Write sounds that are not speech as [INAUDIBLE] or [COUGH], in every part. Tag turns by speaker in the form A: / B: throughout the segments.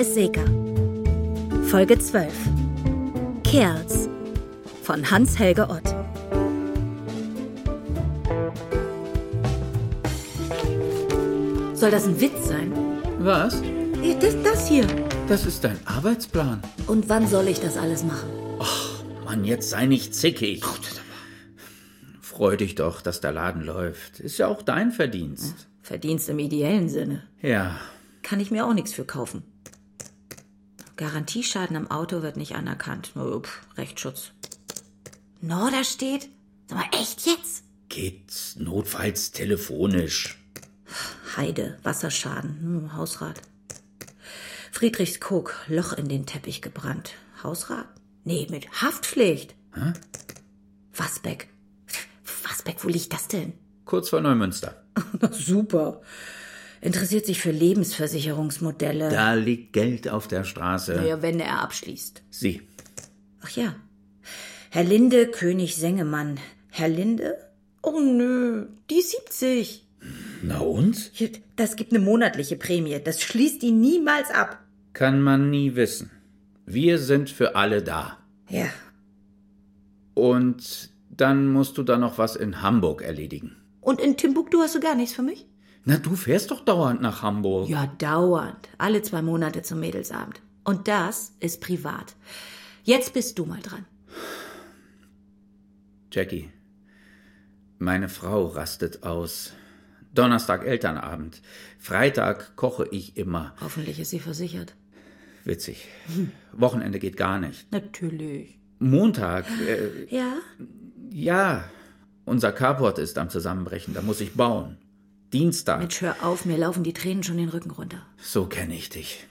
A: ist Seka. Folge 12. Kerls von Hans-Helge Ott. Soll das ein Witz sein?
B: Was?
A: Das, das hier.
B: Das ist dein Arbeitsplan.
A: Und wann soll ich das alles machen?
B: Mann, jetzt sei nicht zickig. Freu dich doch, dass der Laden läuft. Ist ja auch dein Verdienst.
A: Verdienst im ideellen Sinne.
B: Ja.
A: Kann ich mir auch nichts für kaufen. Garantieschaden am Auto wird nicht anerkannt. Nur pff, Rechtsschutz. Norder steht? Sag mal, echt jetzt?
B: Geht's notfalls telefonisch.
A: Heide, Wasserschaden, hm, Hausrat. Friedrichskoog, Loch in den Teppich gebrannt. Hausrat? Nee, mit Haftpflicht. Hä? Wasbeck. Wasbeck, wo liegt das denn?
B: Kurz vor Neumünster.
A: Super. Interessiert sich für Lebensversicherungsmodelle.
B: Da äh. liegt Geld auf der Straße.
A: Ja, wenn er abschließt.
B: Sie.
A: Ach ja. Herr Linde, König Sengemann. Herr Linde? Oh nö, die ist 70.
B: Na und?
A: Hier, Das gibt eine monatliche Prämie. Das schließt die niemals ab.
B: Kann man nie wissen. Wir sind für alle da.
A: Ja.
B: Und dann musst du da noch was in Hamburg erledigen.
A: Und in Timbuktu hast du gar nichts für mich?
B: Na, du fährst doch dauernd nach Hamburg.
A: Ja, dauernd. Alle zwei Monate zum Mädelsabend. Und das ist privat. Jetzt bist du mal dran.
B: Jackie, meine Frau rastet aus. Donnerstag Elternabend. Freitag koche ich immer.
A: Hoffentlich ist sie versichert.
B: Witzig. Wochenende geht gar nicht.
A: Natürlich.
B: Montag, äh,
A: Ja?
B: ja. Unser Carport ist am Zusammenbrechen, da muss ich bauen. Dienstag,
A: Mensch, hör auf, mir laufen die Tränen schon den Rücken runter.
B: so kenne ich dich.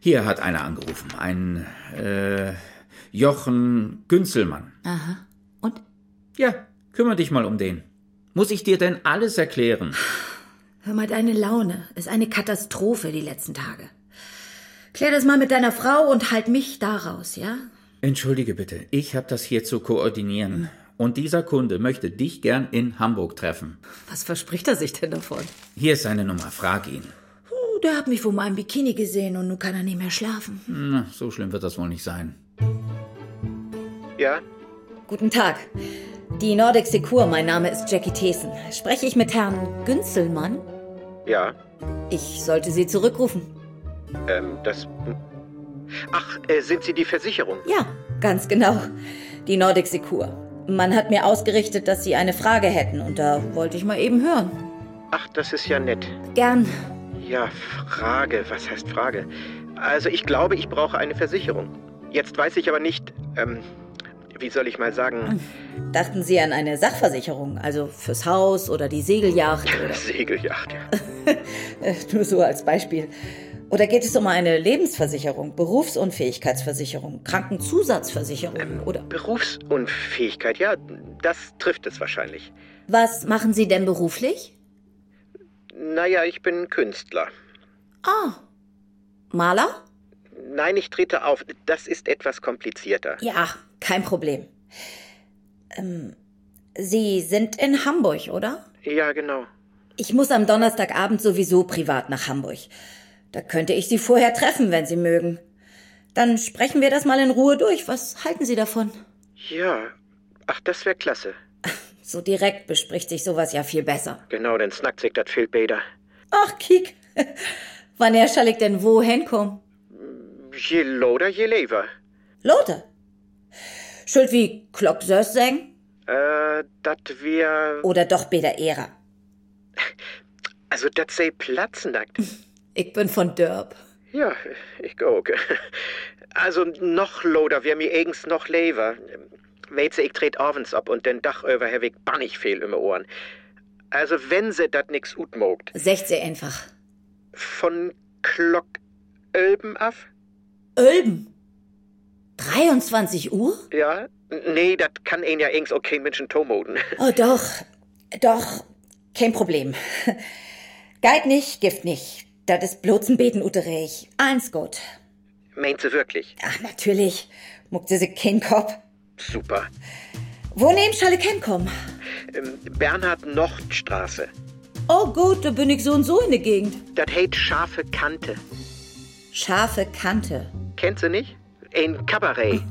B: Hier hat einer angerufen, ein äh, Jochen Günzelmann.
A: Aha. Und?
B: Ja, kümmere dich mal um den. Muss ich dir denn alles erklären?
A: Hör mal, deine Laune ist eine Katastrophe die letzten Tage. Klär das mal mit deiner Frau und halt mich daraus, ja?
B: Entschuldige bitte, ich habe das hier zu koordinieren. Und dieser Kunde möchte dich gern in Hamburg treffen.
A: Was verspricht er sich denn davon?
B: Hier ist seine Nummer, frag ihn.
A: Uh, der hat mich wohl mal im Bikini gesehen und nun kann er nicht mehr schlafen.
B: Na, so schlimm wird das wohl nicht sein.
C: Ja,
A: Guten Tag. Die Nordic Secure, mein Name ist Jackie Thesen. Spreche ich mit Herrn Günzelmann?
C: ja.
A: Ich sollte Sie zurückrufen.
C: Ähm, das. Ach, äh, sind Sie die Versicherung?
A: Ja, ganz genau. Die Nordic Secure. Man hat mir ausgerichtet, dass Sie eine Frage hätten und da wollte ich mal eben hören.
C: Ach, das ist ja nett.
A: Gern.
C: Ja, Frage. Was heißt Frage? Also, ich glaube, ich brauche eine Versicherung. Jetzt weiß ich aber nicht, ähm, wie soll ich
A: [LAUGHS]
C: mal sagen,
A: Dachten Sie an eine Sachversicherung, also fürs Haus oder die Segeljacht oder
C: Segeljacht.
A: Äh, Nur so als Beispiel. Oder geht es um eine Lebensversicherung, Berufsunfähigkeitsversicherung, Krankenzusatzversicherung oder
C: Berufsunfähigkeit, ja, das trifft es wahrscheinlich.
A: Was machen Sie denn beruflich?
C: Naja, ich bin Künstler.
A: Ah. Maler?
C: Nein, ich trete auf. Das ist etwas komplizierter.
A: Ja, kein Problem. Ähm, Sie sind in Hamburg, oder?
C: Ja, genau.
A: Ich muss am Donnerstagabend sowieso privat nach Hamburg. Da könnte ich Sie vorher treffen, wenn Sie mögen. Dann sprechen wir das mal in Ruhe durch. Was halten Sie davon?
C: Ja. Ach, das wäre klasse.
A: So direkt bespricht sich sowas ja viel besser.
C: Genau, denn snackt sich das Fehlbäder.
A: Ach, [LAUGHS] Kik. Wann er schall ich denn wohin kommen?
C: Je loder, je lever.
A: Lothar. Schuld wie Klocksös seng?
C: Äh, das wir.
A: Oder doch beder Ära?
C: Also, das sei platznackt.
A: Ich bin von Dörp.
C: Ja, ich auch. [LAUGHS] Also, noch loder, wir mir eigens noch lever. Weize, ich tret abends ab und den Dach über Herweg bann ich fehl im Ohren. Also, wenn se dat nix ut mogt.
A: 16 einfach.
C: Von Klock Ölben af?
A: Ölben. 23 Uhr?
C: Ja? Nee, dat kann ein ja eigens auch kein Menschen [LAUGHS] tomoden.
A: Oh, doch. Doch. Kein Problem. Geit nicht, Gift nicht. Das ist bloßen Beten uterich. Eins gut.
C: Meint sie wirklich?
A: Ach, natürlich. Muckte se kein Kopf.
C: Super.
A: Wo nehm schalle kein kommen?
C: Ähm, Bernhard-Nocht-Straße.
A: Oh, gut, da bin ich so und so in der Gegend.
C: Dat heißt scharfe Kante.
A: Scharfe Kante.
D: Kennt sie nicht? Ein Cabaret.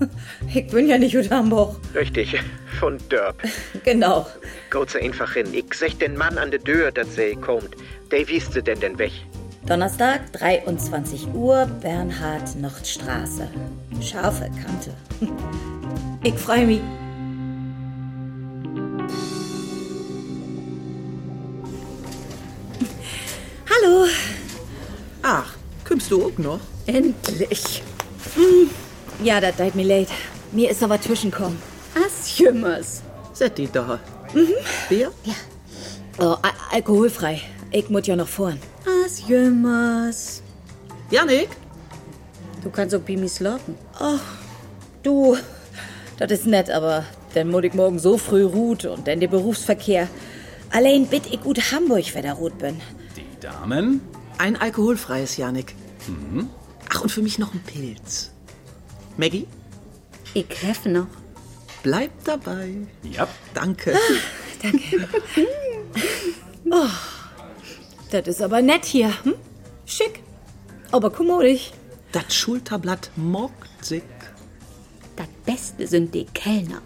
A: Ich bin ja nicht aus Hamburg.
D: Richtig, von Dörp.
A: Genau.
D: Geht sie einfach hin. Ich seh den Mann an der Tür, dass sie kommt. Der wiest sie denn denn weg.
A: Donnerstag, 23 Uhr, Bernhard-Nocht-Straße. Scharfe
E: [LAUGHS]
A: Kante. Ich freue mich.
E: Hallo,
F: Ach, kommst du auch noch?
E: endlich. Hm, Ja, das tut mir leid. Mir ist aber zwischenkommen.
F: Was jümmers? Seid ihr da? Mhm. Bier?
E: Oh, al alkoholfrei. Ich muss ja noch fahren.
F: Was jümmers? Janik? Du kannst auch Bimis laufen.
A: Du, das ist nett, aber dann muss ich morgen so früh ruht und dann der Berufsverkehr. Allein bitt ich gut Hamburg, wenn der ruht bin.
B: Die Damen?
F: Ein alkoholfreies, Janik. Mhm. Ach, und für mich noch ein Pilz. Maggie,
G: Ich helfe noch.
F: bleib dabei.
B: Ja.
F: Danke.
E: Das ist aber nett hier. Hm? Schick, aber kommodig.
F: Das Schulterblatt mockt sich.
G: Das Beste sind die Kellner.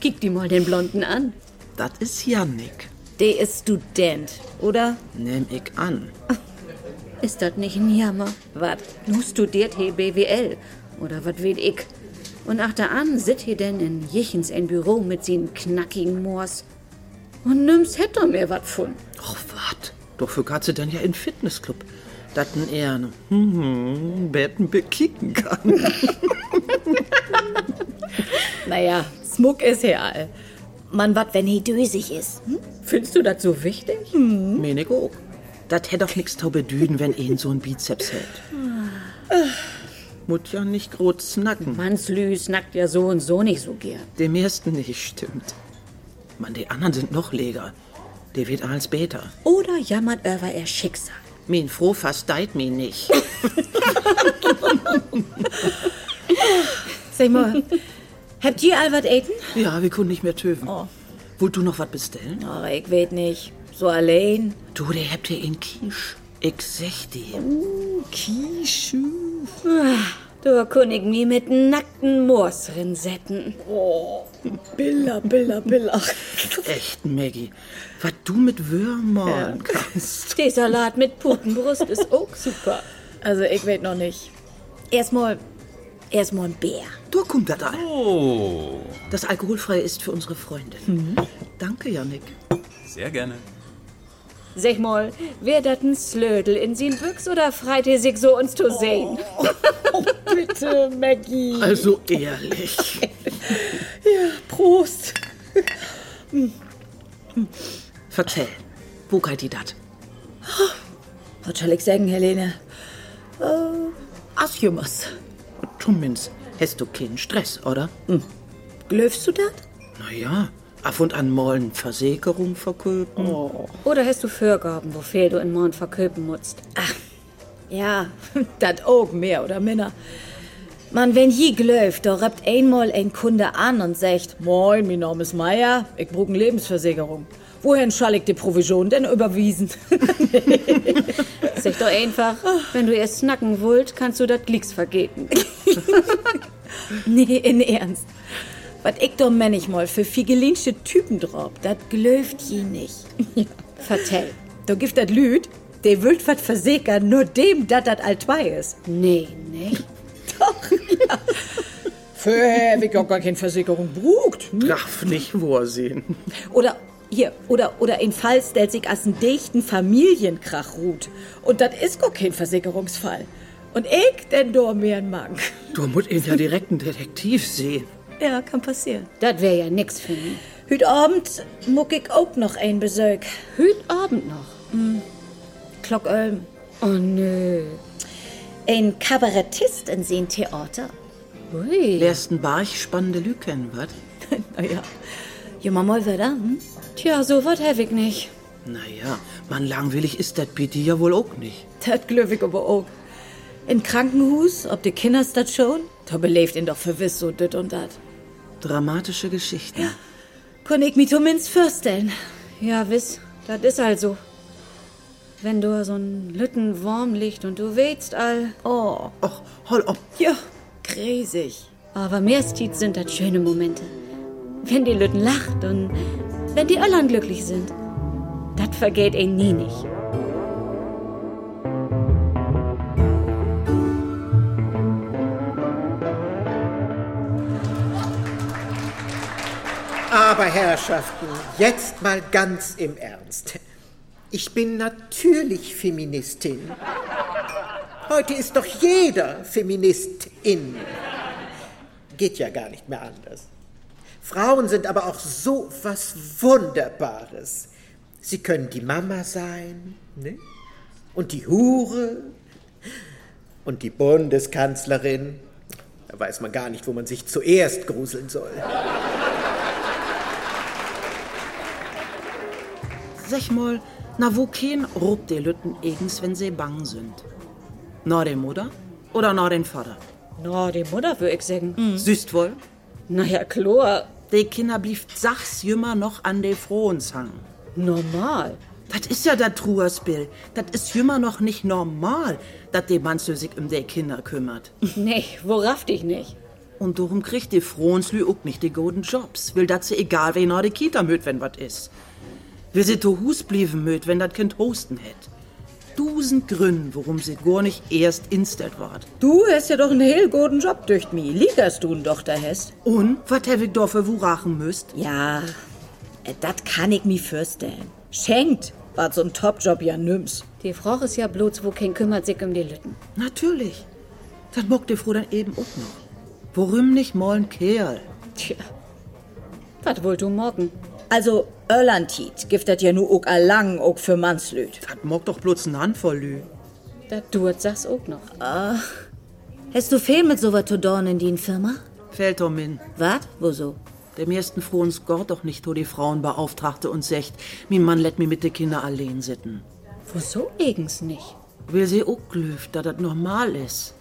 G: Kick die mal den Blonden an.
F: Das ist Janik.
E: Der ist Student, oder?
F: Nehm ich an.
G: Ist das nicht ein Jammer?
E: Was?
G: Nu studiert he BWL. Oder wat weet ich. Und achter an sit he denn in Jichens ein Büro mit sin knackigen Moors. Und nimm's hätte mir wat von.
F: Ach, wat? Dafür geht sie dann ja in den Fitnessclub. Dat n er ne hm, Betten bekicken kann.
E: Naja, Smug ist herall. Mann, wat, wenn he dösig ist?
G: Findest du das so wichtig?
F: Menig auch. Dat hätt doch nix zu bedüden, wenn ihn so ein Bizeps hält. Mut ja nicht groß snacken.
G: Manns Lüs nackt ja so und so nicht so gern.
F: Dem ersten nicht, stimmt. Mann, die anderen sind noch leger. Der wird als Beta.
G: Oder jammert über ihr Schicksal.
F: Min froh fast deit mir nicht.
E: Sag mal, [LAUGHS] habt ihr all wat eten?
F: Ja, wir können nicht mehr töven. Wollt du noch was bestellen?
E: Oh, ich weet nicht. So allein.
F: Du, der habt ihr in Kisch. Ich sech dir.
G: Du König mir mit nackten Moosrin setten.
E: Billa, billa, billa.
F: Echt, Maggie. Was du mit Würmern kannst.
G: Der Salat mit Putenbrust ist auch super.
E: Also, ich weet noch nicht. Erstmal, erstmal ein Bär.
F: Da kommt das an.
B: Oh,
F: Das alkoholfreie ist für unsere Freunde. Danke, Janik.
B: sehr gerne.
G: Sag mal, wer dat ein Slödel in sin Büchs oder freit er sich so uns zu sehen?
E: Bitte, Maggie.
F: Also [LAUGHS] ehrlich.
E: Prost.
F: Vertell, wo geht die dat?
E: Was soll ich sagen, Helene? Äh, ach, Jümmers.
F: Zumindest hast du keinen Stress, oder?
E: Glöfst Hm. du das?
F: Naja, ab und an mal eine Versägerung verköpen.
E: Oh.
G: Oder hast du Vorgaben, wofür du in Mond verköpen musst?
E: Ja, [LAUGHS] das auch mehr oder minder. Man, wenn je glöft, da rappt einmal ein Kunde an und sagt, Moin, mein Name ist Meier, ich brauche eine Lebensversicherung. Wohin schall ich die Provision denn überwiesen? [LAUGHS]
G: Sag doch einfach, wenn du ihr snacken wollt, kannst du dat Glicks vergeten.
E: nee, in Ernst. Was ich doch manchmal für figelinsche Typen drauf, das glöft je nicht.
G: Vertell.
E: Da gibt das Lüd, der will was versichern, nur dem, dat das altwei ist. [LAUGHS]
G: Nee, nee.
E: Für hab ich auch gar keine Versicherung brugt.
F: Darf nicht vorsehen.
E: Oder hier, oder, oder in Fall stellt sich als einen dichten Familienkrach ruht. Und das ist gar kein Versicherungsfall. Und ich denn da mir einen Mank.
F: Du musst ihn ja direkt einen Detektiv sehen.
E: Ja, kann passieren.
G: Dat wär ja nix für mich.
E: Hüt Abend muck ich auch noch ein Besög.
G: Hüt Abend noch.
E: Klock Ölm.
G: Oh nö.
A: Ein Kabarettist in sein
E: [LAUGHS]
A: Theater.
G: Ui.
F: Erst ein Barch spannende Lücken, wat?
E: Naja. Jummer mal wieder, hm?
G: Tja, so wat hab ich nicht.
F: Naja, man langweilig ist das bei dir ja wohl auch nicht.
E: Das glöw ich aber auch. In Krankenhus, ob die Kinder das schon? Da belebt ihn doch verwiss so dit und dat.
F: Dramatische Geschichten.
E: Kann ich mich zumindest vorstellen.
G: Ja, wiss, dat is also. wenn du so'n lütten Wurm liegt und du wehtst all.
E: Oh,
F: Och, hol ob.
E: ja, gräsig.
G: Aber meistens sind das schöne Momente. Wenn die Lütten lacht und wenn die Öllern glücklich sind. Das vergeht ihnen nie nicht.
C: Aber Herrschaften, jetzt mal ganz im Ernst. Ich bin natürlich Feministin. Heute ist doch jeder Feministin. Geht ja gar nicht mehr anders. Frauen sind aber auch so was Wunderbares. Sie können die Mama sein, ne? Und die Hure und die Bundeskanzlerin. Da weiß man gar nicht, wo man sich zuerst gruseln soll.
F: Sag mal, na wo kein rob de Lütten egens, wenn sie bang sind? Na de Mutter oder na den Vater?
G: Na, die Mutter würd ich sagen.
F: Süßt wohl,
G: Na ja, Chlor,
F: de Kinder blieft sachs jümmer noch an de Frohens hangen.
G: normal.
F: Das ist ja der Truersbill. Das ist jümmer noch nicht normal, dass de Mannsel sich um de Kinder kümmert.
G: [LAUGHS] Nee, wo raff dich nicht?
F: Und darum kriegt die Frohnslü auch nicht die guten Jobs. Will dat sie egal wen nach de Kita möt, wenn wat is. Will sie to Hus blieben möt, wenn dat Kind Hosten hätt. Dusend Gründen, warum sie gar nicht erst instellt ward.
E: Du hast ja doch einen heel guten Job durch mich. Liegerst du doch da hast?
F: Und wat hab ich dafür wurachen müsst?
E: Ja,
A: äh,
E: das kann ich mir fürstellen. Schenkt, was so ein Topjob ja nimmst.
G: Die Frau ist ja bloß, wo kein kümmert sich um die Lütten.
F: Natürlich. Dat mockt die Frau dann eben auch noch. Worum nicht mal ein Kerl?
G: Tja, was wollt du morgen?
E: Also, Irlandtit giftet ja nur ook a lang ook für Mannslüd.
F: Dat mockt doch bloß ein Handvoll Lü.
G: Dat duert sag's auch noch.
A: Hast du viel mit sowas zu dorn in die Firma?
F: Fällt doch min.
A: Wat? Wieso?
F: Dem ersten Frohens Gott doch nicht, wo die Frauenbeauftragte und secht, mi Mann lädt mi mit de Kinder allein sitten.
G: Wieso egens nicht?
F: Will sie auch glüft, da dat normal is.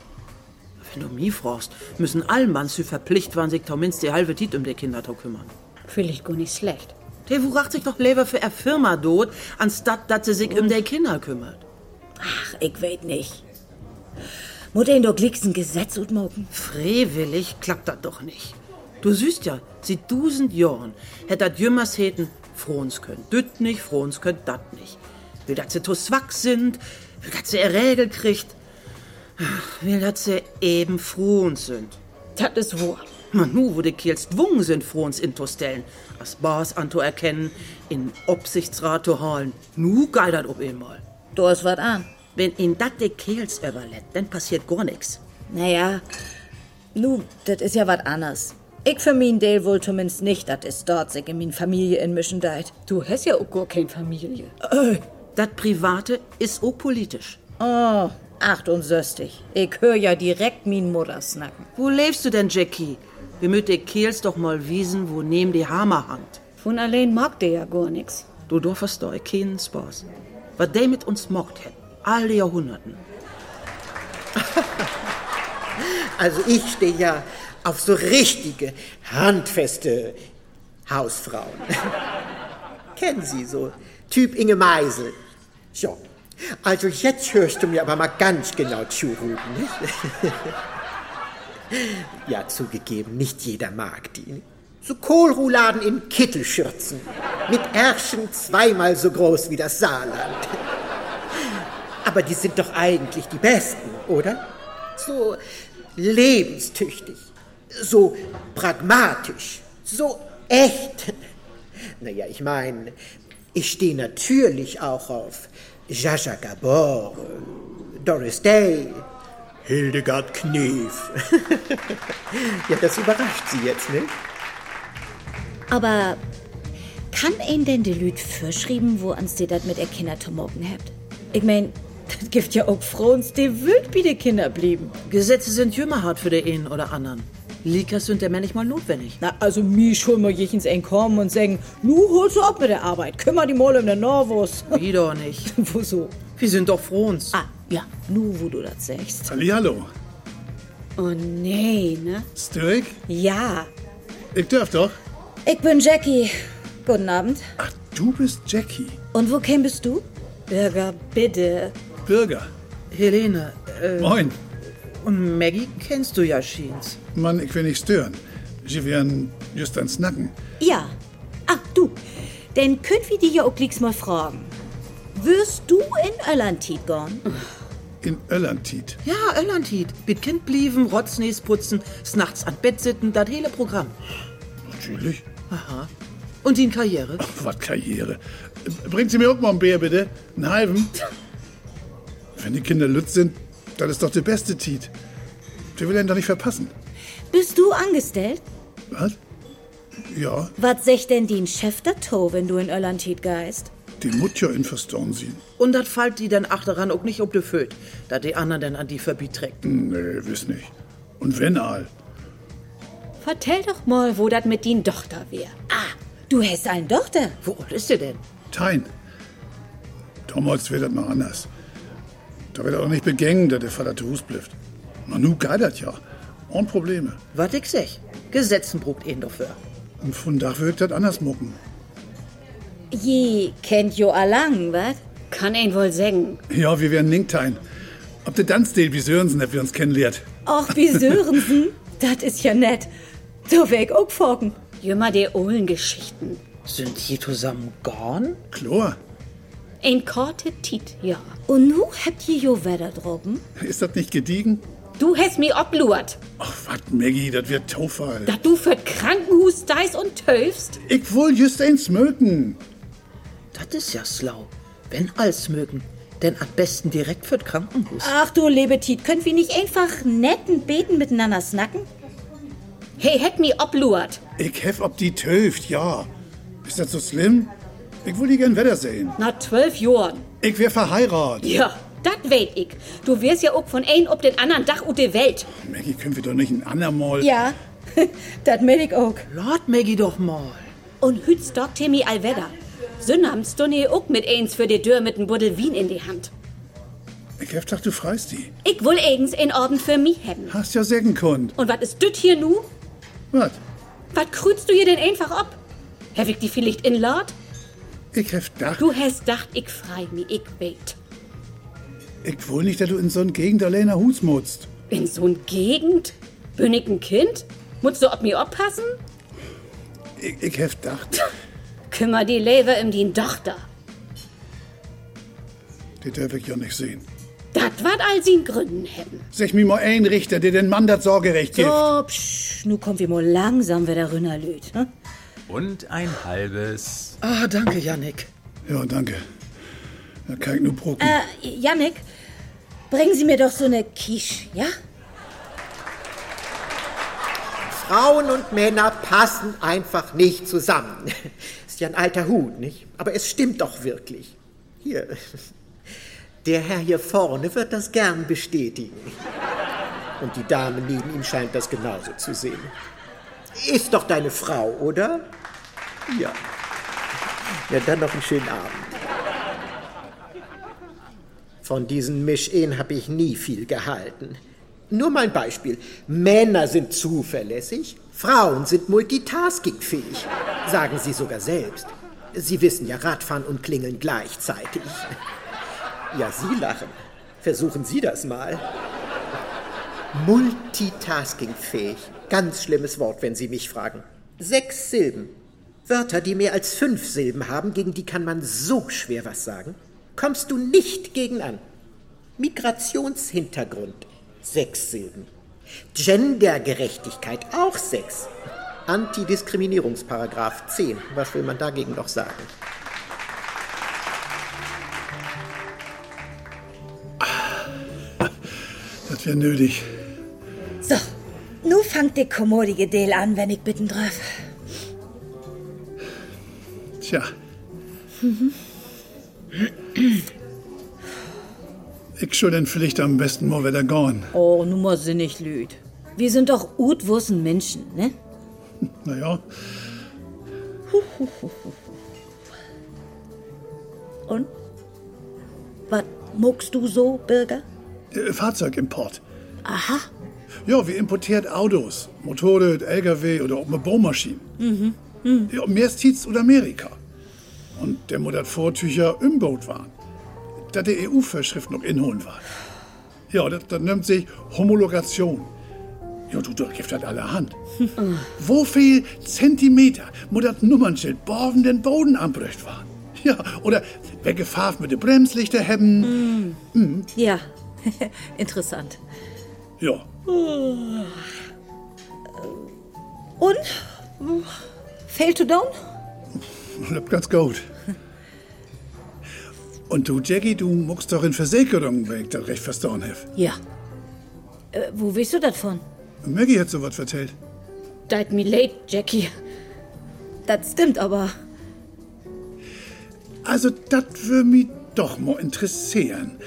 F: Wenn du mi fragst, müssen all Manns zu verpflicht waren, sich zumindest die halbe Tit um de Kinder zu kümmern.
G: Vielleicht gar nicht schlecht.
F: Der wuracht sich doch lieber für er Firma dot, anstatt dat sie sich um de Kinder kümmert.
A: Ach, ich weet nicht. Mutter in der glicksen Gesetz utmoken.
F: Freiwillig klappt dat doch nicht. Du süßt ja, sie dusend Jahren hätt dat jümmers heten, Frons könnt düt nicht, Frons könnt dat nicht. Will dat sie tuswack sind, will dat sie ihr Regel kriegt, Ach, will dat sie eben Frons sind.
G: Dat is wahr.
F: Man nu, wo die Kiels zwungen sind, Frons in to stellen, as Bars an to erkennen, in Obsichtsrat to halen, nu geil dat ob einmal.
A: Du hast wat an.
F: Wenn ihn dat de Kiels überlädt, dann passiert gar nix.
A: Naja,
E: Nu, das ist ja was anderes. Ich für mein Deel wohl zumindest nicht, das ist dort sich in min Familie inmischen deit.
G: Du hast ja auch gar kein Familie.
F: Dat Private is auch politisch.
E: Oh, 68. Ich höre ja direkt min Mutter snacken.
F: Wo lebst du denn, Jackie? Wir müssen die Kehls doch mal wiesen, wo neben die Hammer hangt.
G: Von allein mag der ja gar nix.
F: Du durfst doch keinen Spaß. Was der mit uns mockt hat, all die Jahrhunderten.
C: Also ich stehe ja auf so richtige, handfeste Hausfrauen. [LAUGHS] Kennen Sie so? Typ Inge Meisel. So. Also jetzt hörst du mir aber mal ganz genau zu, Ruben. [LAUGHS] nicht? ja, zugegeben, nicht jeder mag die. ne? So Kohlrouladen in Kittelschürzen. Mit Ärschen zweimal so groß wie das Saarland. Aber die sind doch eigentlich die Besten, oder? So lebenstüchtig, so pragmatisch, so echt. Naja, ich meine, ich stehe natürlich auch auf Jaja Gabor, Doris Day, Hildegard Knef. [LAUGHS] ja, das überrascht Sie jetzt, ne?
A: aber kann ein denn die Lüt verschrieben, wo ans die dat mit der Kinder zu morgen hebt? Ich mein,
E: Das gibt ja auch Frons, die wild wie die Kinder blieben.
F: Gesetze sind jümmer hart für den einen oder anderen. Likas sind der nicht mal notwendig.
E: Na, also mi schon mal jechens entkommen und sagen, nu holst du ab mit der Arbeit, kümmer die mal um den [LAUGHS] Norwus.
F: Wie doch nicht.
E: Wieso?
F: Wir sind doch froh uns.
E: Ah, ja, nu, wo du das sagst.
H: Hallihallo.
G: Oh nee, ne?
H: Stürk?
E: Ja,
H: Ich darf doch.
A: ich bin Jackie. Guten Abend.
H: Ach, du bist Jackie.
A: Und wo käm bist du?
E: Bürger, bitte.
H: Bürger.
F: Helene, äh,
H: Moin.
F: und Maggie kennst du ja Sheens.
H: Mann, ich will nicht stören. Sie werden just ans Nacken.
I: Ja. Ach du, dann könnt wir dich ja auch gleich mal fragen. Wirst du in Irland gehen?
H: In Öllantiet.
F: Ja, Öllandhiet. Mit Kind blieben, Rotznäs putzen, s'nachts an Bett sitten, das hele Programm.
H: Natürlich.
F: Aha. Und die Karriere?
H: Was Karriere. Bringt Sie mir auch mal ein Bier, bitte. Einen halben. Wenn die Kinder lütt sind, dann ist doch der beste Tiet. Der will einen doch nicht verpassen.
I: Bist du angestellt?
H: Was? Ja,
I: Was sagt denn den Chef dazu, wenn du in Irland geist?
H: die Mutter in Verstaunen sehen.
F: Und das fällt die dann achteran auch nicht ob de Föt, da die anderen dann an die verbiet trägt.
H: Hm, Nee, wiss nicht. Und wenn all.
G: Vertell doch mal, wo dat mit din Tochter wär.
I: Ah, Du hast eine Tochter.
F: Wo alt ist sie denn?
H: Tein. Damals wäre das mal halt anders. Da wird auch nicht begangen, dass der Vater zu Hus blifft. Manu geidert ja. Und Probleme.
F: Wat ich sech. Gesetzen brucht ihn dafür.
H: Und von da wird das halt anders mucken.
A: Je kennt jo allang, wat?
G: Kann ein wohl sagen.
H: Ja, wir werden Linktein. Ob der Dansdale wie Sörensen, der wir uns kennenlernt.
A: Och, [LAUGHS] wie Sörensen. das ist ja nett. So weg auch focken.
G: Jümmer der ohlen Geschichten.
F: Sind die zusammen gorn?
H: Chlor,
G: Ein korte Tiet, ja.
I: Und nu habt ihr jo Wetter droppen?
H: ist das nicht gediegen?
G: Du hast mir obluert,
H: Ach, wat, Maggie, das wird Taufall.
G: dat du für Krankenhus deis und tölfst.
H: Ich wohl just eins mögen.
F: Das ist ja slau. Wenn alles mögen. Denn am besten direkt für't Krankenhaus.
I: Ach du Lebetit, könnt wir nicht einfach netten Beten miteinander snacken?
G: Hey, hätt mir obluert.
H: Ich hef ob die töft, ja. Ist das so schlimm? Ich will die gern Wetter sehen.
G: Na zwölf Jahren.
H: Ich wär verheiratet.
G: Ja, dat weet ich. Du wirst ja auch von ein ob den anderen Dach und de Welt.
H: Maggie, können wir doch nicht ein
G: [LAUGHS]
H: andermal.
A: Ja, das will ich auch.
F: Lord Maggie doch mal.
G: Und hüt's doch Timmy Alwedder. Sünnamst du ne auch mit eins für die Dürr mit n Buddel Wien in die Hand.
H: Ich hef gedacht, du freist die.
G: Ich will eigens in Orden für mich haben.
H: Hast ja sägen konnt.
G: Und wat ist düt hier nu?
H: Wat?
G: Wat krütst du hier denn einfach ab? Hab ich die vielleicht in Lord?
H: Ich hef gedacht,
G: Du hast dacht, ich frei mi, ich weet.
H: ich will nicht, dass du in so ein Gegend allein nach Hus mutzt.
G: In so'n Gegend? Bin ich ein Kind? Musst du ob mir oppassen?
H: Ich, ich hef gedacht,
G: Kümmer die Leber im Dien Tochter.
H: die darf ich ja nicht sehen.
G: Dat wat all sie'n Gründen hätten.
H: Sag mir mal ein Richter, der den Mann das Sorgerecht gibt.
I: Oh, psch, nu kommt wir mal langsam Wetter rünnerlöt.
A: ne?
I: Hm?
J: Und ein halbes.
F: Ah, danke, Yannick.
H: Ja, danke. Da kann ich nur brocken.
A: Jannik, bringen Sie mir doch so eine Quiche, ja?
C: Frauen und Männer passen einfach nicht zusammen. Ist ja ein alter Hut, nicht? Aber es stimmt doch wirklich. Hier. Der Herr hier vorne wird das gern bestätigen. Und die Dame neben ihm scheint das genauso zu sehen. Ist doch deine Frau, oder? Ja. Ja, dann noch einen schönen Abend. Von diesen Misch-In habe ich nie viel gehalten. Nur mal ein Beispiel. Männer sind zuverlässig, Frauen sind multitaskingfähig, sagen sie sogar selbst. Sie wissen ja Radfahren und Klingeln gleichzeitig. Ja, Sie lachen. Versuchen Sie das mal. Multitaskingfähig. Ganz schlimmes Wort, wenn Sie mich fragen. Sechs Silben. Wörter, die mehr als fünf Silben haben, gegen die kann man so schwer was sagen. Kommst du nicht gegen an. Migrationshintergrund. Sechs Silben. Gendergerechtigkeit. Auch sechs. Antidiskriminierungsparagraph 10. Was will man dagegen noch sagen?
H: Das wäre nötig.
A: So, nu fangt die kommodige Del an, wenn ich bitten darf.
H: Tja. ich schuld den Pflicht am besten mal wieder gone.
E: Oh, nun mal sinnig lüd.
I: Wir sind doch utwursen Menschen, ne?
H: Naja,
I: Und? Was muckst du so, Bürger?
H: äh, Fahrzeugimport. Aha. Ja, wir importiert Autos, Motorrad, LKW oder auch mal Bohrmaschinen. Mhm. Ja, mehr ist Tietz oder Amerika. Und der muttert Vortücher im Boot waren. da die EU-Vorschrift noch inholen war. Ja, das, das nimmt sich Homologation. Ja, du, das gibt das [LAUGHS] allerhand. Wo viel Zentimeter muss das Nummernschild borven den Boden anbrücht waren? Ja, oder wer gefahren mit den Bremslichter haben?
E: Ja, interessant.
H: Ja,
E: Und? Fail to down?
H: Läuft ganz gut. Und du, Jackie, du muckst doch in Versicherungen, wenn ich das recht verstanden habe.
E: Ja. Äh, wo willst du das von?
H: Maggie hat so was vertellt.
G: Deit me late, Jackie.
E: Das stimmt aber.
H: Also, das würde mich doch mal interessieren.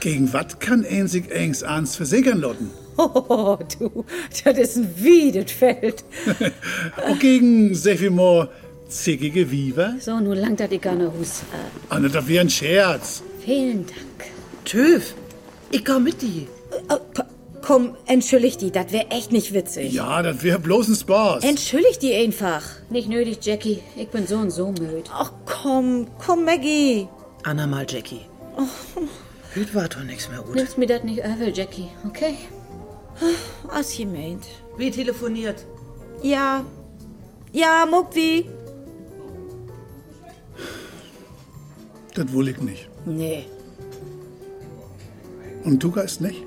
H: Gegen was kann ein sich engs ans versichern lassen?
G: [LAUGHS]
E: Oh, du, das ist ein wiedes Feld.
H: Und gegen sehr viel more zickige Viva?
G: So, nun langt dat ich gerne Hus.
H: Ah, ne, das wäre ein Scherz.
G: Vielen Dank.
F: Töf, ich komm mit dir.
E: Äh, k- komm, entschuldig die, das wäre echt nicht witzig.
H: Ja, das wäre bloß ein Spaß.
E: Entschuldig die einfach.
G: Nicht nötig, Jackie. Ich bin so und so müde.
E: Ach komm, komm Maggie.
F: Anna mal, Jackie. Hüt war doch nichts mehr gut.
G: Nimmst mir dat nicht übel, Jackie, okay?
E: Was ihr meint.
F: Wie telefoniert?
E: Ja. Ja, Muckwi.
H: Das wohl ich nicht.
K: Nee.
H: Und du geist nicht?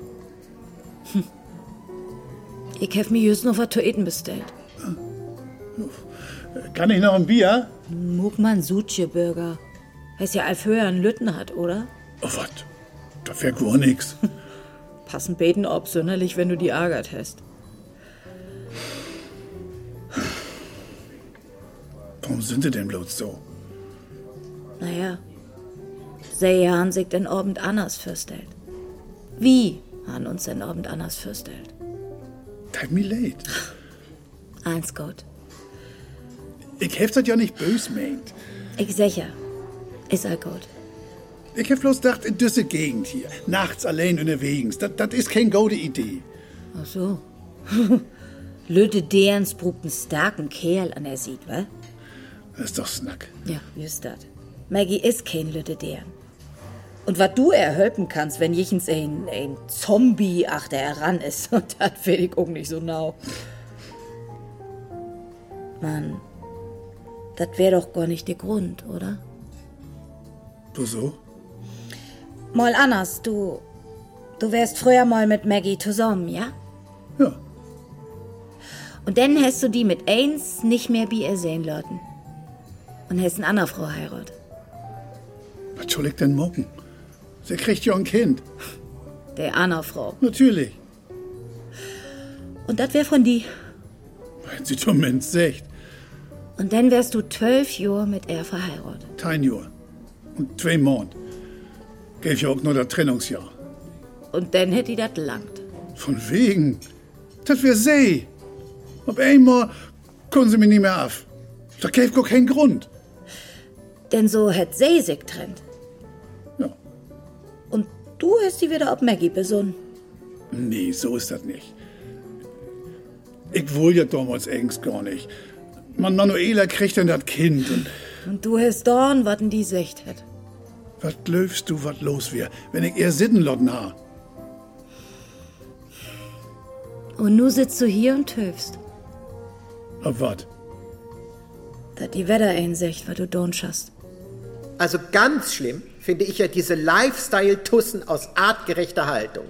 A: Ich hab mir just noch was zu essen bestellt.
H: Kann ich noch ein Bier?
A: Muckmann Suche Burger. Heißt ja Alf Höher in Lütten hat, oder?
H: Oh, was? Das wäre gar nix.
A: Passen beten ob sonderlich, wenn du die ärgert hast.
H: Warum sind sie denn bloß so?
A: Naja. Sehr han sich den Abend anders vorstellt. Wie han uns den Abend anders vorstellt?
H: Time me late.
A: Eins Gott.
H: Ich hab das ja nicht bös meint.
A: Ich sicher. Ist all gut.
H: Ich hab bloß gedacht, in diese Gegend hier, nachts allein unterwegs, das, das ist keine gute Idee.
A: Ach
E: [LAUGHS]
A: so. Lütte Derns brugt einen starken Kerl an der sieht, wa?
H: Das ist doch Snack.
A: Ja, just dat. Maggie ist kein Lütte Dern.
K: Und was du erhöpen kannst, wenn jechens ein, ein Zombie achter heran
A: [LAUGHS]
K: ist, und das will ich auch nicht so genau.
A: Mann, das wäre doch gar nicht der Grund, oder?
H: Du so?
K: Mal anders, du.
A: Du wärst früher mal mit Maggie zusammen, ja?
H: Ja.
A: Und dann hast du die mit eins nicht mehr wie ihr sehen lassen. Und hast eine andere Frau heiratet.
H: Was soll ich denn morgen? Sie kriegt ja ein Kind.
A: Der andere Frau.
H: Natürlich.
A: Und das wär von die.
H: Meint sie zumindest echt.
A: Und dann wärst du zwölf Jahre mit er verheiratet.
H: Ein Jahr. Und zwei Monate. Gäb ja auch nur das Trennungsjahr.
A: Und dann hätt die das langt.
H: Von wegen. Das wär sie. Ob einmal können sie mich nicht mehr auf. Da gäb gar keinen Grund.
K: Denn so hätt sie sich trennt.
H: Ja.
K: Und du hast sie wieder auf Maggie besonnen.
H: Nee, so ist das nicht. Ich wollte ja damals engst gar nicht. Man, Manuela kriegt denn das Kind und
A: Und du hast dorn, wat in die Sicht hätt.
H: was löfst du, was los wär, wenn ich ihr Sittenlotten ha?
A: Und nu sitzt du hier und töfst.
H: Ob wat?
A: Dat die Wetter ein Sicht, wat du dorn schaffst.
L: Also ganz schlimm finde ich ja diese Lifestyle-Tussen aus artgerechter Haltung.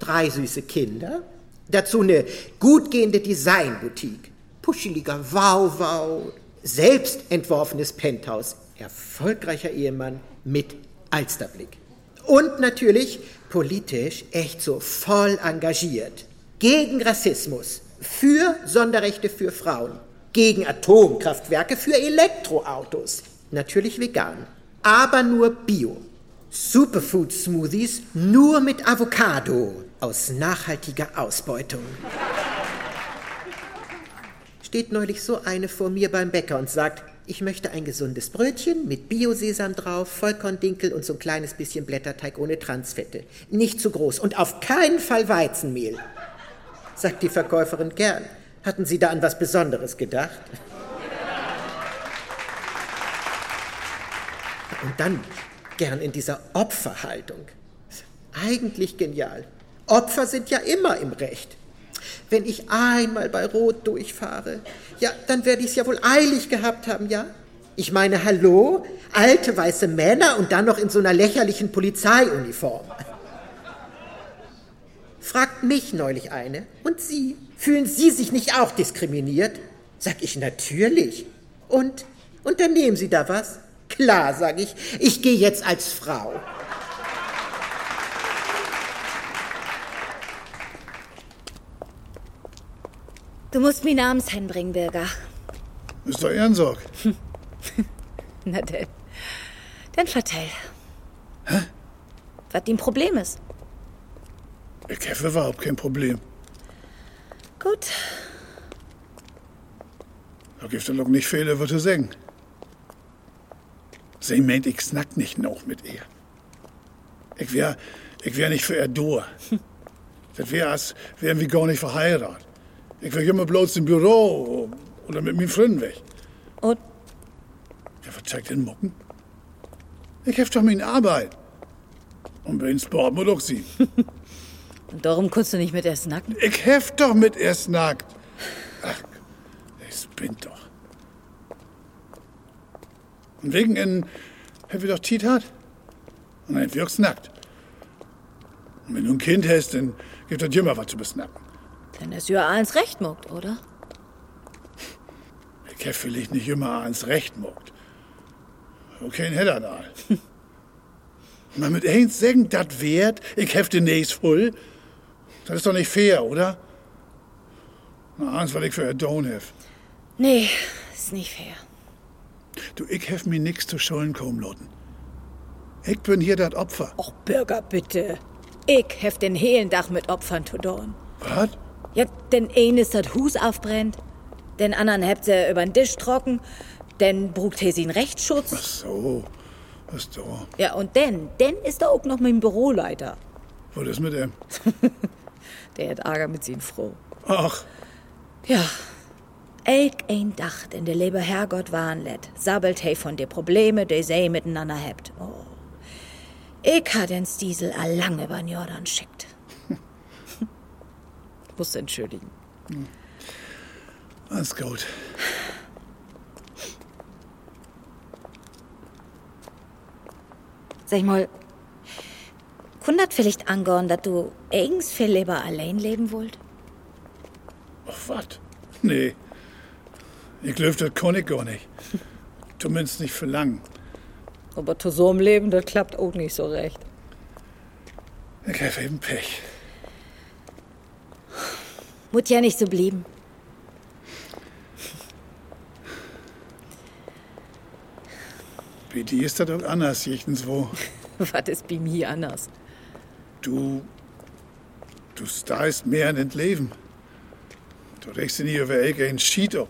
L: Drei süße Kinder, dazu eine gutgehende Designboutique, puscheliger Wauwau, selbst entworfenes Penthouse, erfolgreicher Ehemann mit Alsterblick. Und natürlich politisch echt so voll engagiert. Gegen Rassismus, für Sonderrechte für Frauen, gegen Atomkraftwerke, für Elektroautos. Natürlich vegan, aber nur bio. Superfood-Smoothies nur mit Avocado aus nachhaltiger Ausbeutung. Steht neulich so eine vor mir beim Bäcker und sagt, ich möchte ein gesundes Brötchen mit Bio-Sesam drauf, Vollkorndinkel und so ein kleines bisschen Blätterteig ohne Transfette. Nicht zu groß und auf keinen Fall Weizenmehl. Sagt die Verkäuferin gern. Hatten Sie da an was Besonderes gedacht? Und dann gern in dieser Opferhaltung. Eigentlich genial. Opfer sind ja immer im Recht. Wenn ich einmal bei Rot durchfahre, ja, dann werde ich es ja wohl eilig gehabt haben, ja? Ich meine, hallo, alte weiße Männer und dann noch in so einer lächerlichen Polizeiuniform. Fragt mich neulich eine, und Sie, fühlen Sie sich nicht auch diskriminiert? Sag ich, natürlich. Und unternehmen Sie da was? Klar, sag ich, ich gehe jetzt als Frau.
A: Du musst mir Namens hinbringen, Birger.
H: Mr. Ehrensorg,
E: Na denn. Dann vertell. Hä? Was dein Problem ist.
H: der Käfer war überhaupt kein Problem.
E: Gut.
H: Da gibt er noch nicht viele, wird er singen. Sie meint, ich snack nicht noch mit ihr. Ich wär, ich wär nicht für
E: [LAUGHS]
H: er dur. Das wär, als wären wir gar nicht verheiratet. Ich wär immer bloß im Büro oder mit meinen Freunden weg.
E: Und?
H: Ja, was zeigt denn Mucken? Ich hab doch meine Arbeit. Und bei den Sport muss ich sie.
E: Und darum kannst du nicht mit essen nacken?
H: Ich heft doch mit erst nackt. Ach, ich bin doch. Und wegen in hätten wir doch Tiet hat. Und dann wirkst nackt. Und wenn du ein Kind hast, dann gibt das Jümmer was zu besnacken.
E: Dann ist ja eins recht muckt, oder?
H: Ich heft vielleicht nicht immer ans Recht mogt. Okay, ein Heddernal.
E: [LAUGHS]
H: Man mit eins sagen, dat wert, ich heft den nächst voll. Das ist doch nicht fair, oder? Na, eins, weil ich für Adon hef.
E: Nee, ist nicht fair.
H: Du, ich hef mir nix zu Schulden kommen, Lotten. Ich bin hier dat Opfer.
E: Och, Bürger, bitte. Ich heft den hehlen Dach mit Opfern zu dorn.
H: Was?
E: Ja, den einen ist das Hus aufbrennt, den anderen hebt sie übern Tisch trocken, den brugt he sin Rechtsschutz.
H: So, was da?
E: Ja, und denn, denn ist da auch noch mein Büroleiter.
H: Was ist mit dem?
E: Der hat Ärger mit sin froh.
H: Ach,
E: Ja. Elk ein Dach, den der liebe Herrgott wahren lädt, sabbelt he von de Probleme, de se miteinander hebt. Oh. Ich hat den Stiesel all lange übern Jordan schickt. Muss entschuldigen.
H: alles gut.
A: Sag mal, kundert vielleicht angorn, dass du eigens viel lieber allein leben wollt?
H: Ach, was? Nee. Ich löf das kann ich gar nicht. Zumindest nicht für lang.
E: Aber zu so einem Leben, das klappt auch nicht so recht.
H: Ich hef eben Pech.
A: Mut ja nicht so blieben.
H: Bei dir ist das doch anders, jechtens wo.
E: [LAUGHS] Was ist bei mir anders?
H: Du. Du steist mehr in das Leben. Du regst dich nie über Ecke ein Schied ab.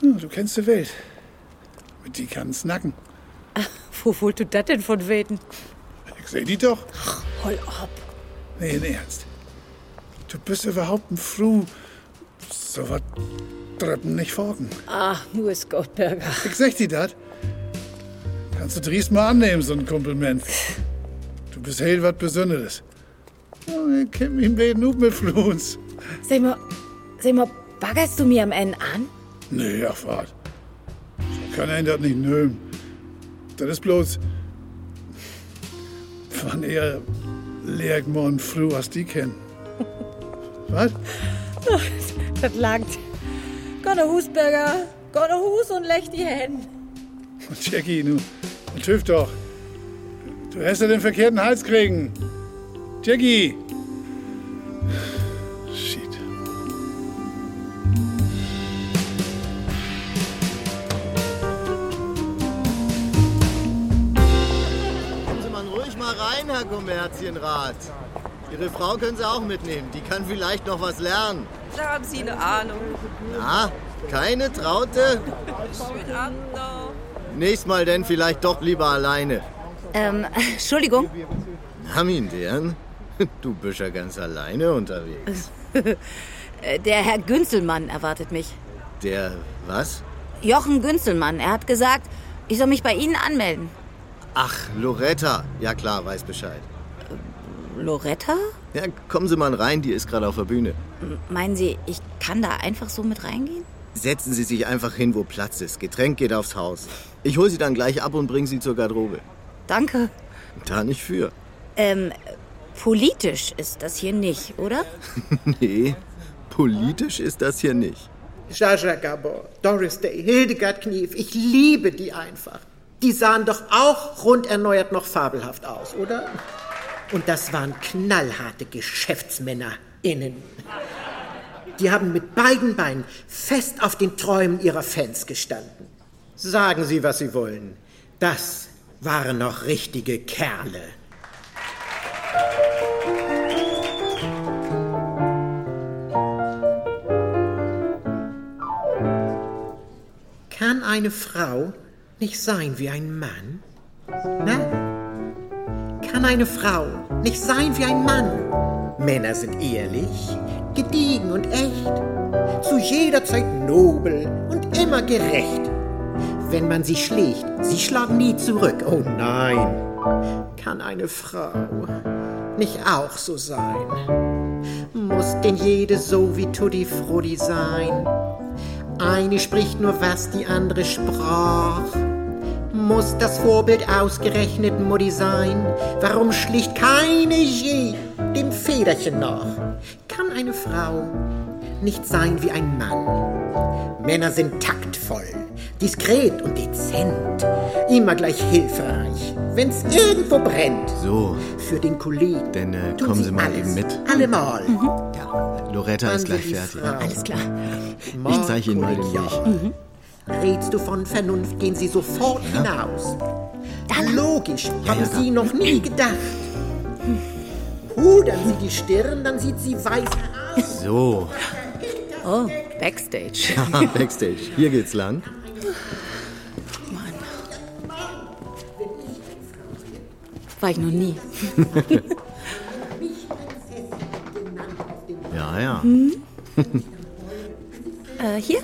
H: Hm, Du kennst die Welt. Mit die kann's nacken.
E: Wo wollt du das denn von weten?
H: Ich seh die doch.
E: Hol ab.
H: Nee, in Ernst. Du bist überhaupt ein Fru. So was treppen nicht folgen.
E: Ah, nur ist Gott, Berger.
H: Ich sag dir das. Kannst du Dries mal annehmen, so ein Kompliment. Du bist hell was Besonderes. Oh, ich kenn mich beiden auch mit Fluns.
A: Sag mal, sag mal, baggerst du mir am Ende an?
H: Nee, ach was. So kann ein das nicht nehmen. Das ist bloß... Wann eher leer morgen früh, was die kennen. Was?
E: [LAUGHS] Das langt. Gonne Hus, Berger. Gonne Hus und lech die Hände.
H: Und Jackie, nu, und tüff doch. Du hast ja den verkehrten Hals kriegen. Jackie! Shit.
M: Kommen Sie mal ruhig mal rein, Herr Kommerzienrat. Ihre Frau können Sie auch mitnehmen. Die kann vielleicht noch was lernen.
N: Da haben Sie eine Ahnung.
M: Na, keine Traute?
N: Schönen Abend noch.
M: Nächstes Mal denn vielleicht doch lieber alleine.
A: Ähm, Entschuldigung.
M: Na, mein Dern, du bist ja ganz alleine unterwegs.
A: Äh, Der Herr Günzelmann erwartet mich.
M: Der was?
A: Jochen Günzelmann. Er hat gesagt, ich soll mich bei Ihnen anmelden.
L: Ach, Loretta. Ja klar, weiß Bescheid.
O: Loretta?
L: Ja, kommen Sie mal rein, die ist gerade auf der Bühne.
O: M- Meinen Sie, ich kann da einfach so mit reingehen?
L: Setzen Sie sich einfach hin, wo Platz ist. Getränk geht aufs Haus. Ich hole Sie dann gleich ab und bringe Sie zur Garderobe.
O: Danke.
L: Da nicht für.
O: Ähm, politisch ist das hier nicht, oder?
L: nee, politisch ist das hier nicht.
C: Jaja Gabor, Doris Day, Hildegard Knief, ich liebe die einfach. Die sahen doch auch rund erneuert noch fabelhaft aus, oder? Und das waren knallharte GeschäftsmännerInnen. Die haben mit beiden Beinen fest auf den Träumen ihrer Fans gestanden. Sagen Sie, was Sie wollen. Das waren noch richtige Kerle. Kann eine Frau nicht sein wie ein Mann? Na? Kann eine Frau nicht sein wie ein Mann? Männer sind ehrlich, gediegen und echt, zu jeder Zeit nobel und immer gerecht. Wenn man sie schlägt, sie schlagen nie zurück. Oh nein. Kann eine Frau nicht auch so sein? Muss denn jede so wie Tutti Frutti sein? Eine spricht nur, was die andere sprach. Muss das Vorbild ausgerechnet Mutti sein? Warum schlicht keine je dem Federchen nach? Kann eine Frau nicht sein wie ein Mann? Männer sind taktvoll, diskret und dezent, immer gleich hilfreich, wenn's irgendwo brennt.
L: So,
C: Für den Kollegen
L: dann äh,
C: Tun
L: kommen
C: Sie
L: Sie mal
C: alles.
L: eben mit.
C: allemal.
L: Loretta ist gleich
C: Andere
L: fertig.
C: Frau. Mhm. Alles klar. Mhm.
L: Ich zeige Ihnen mal den Weg.
C: Redst du von Vernunft, gehen sie sofort hinaus. Logisch, haben
L: ja,
C: sie noch nie gedacht. Pudern sie die Stirn, dann sieht sie weiß aus.
L: So,
O: Oh, Backstage.
L: Haha, Backstage. Hier geht's lang.
O: War ich noch nie.
L: Ja, ja.
O: Hm? äh, hier?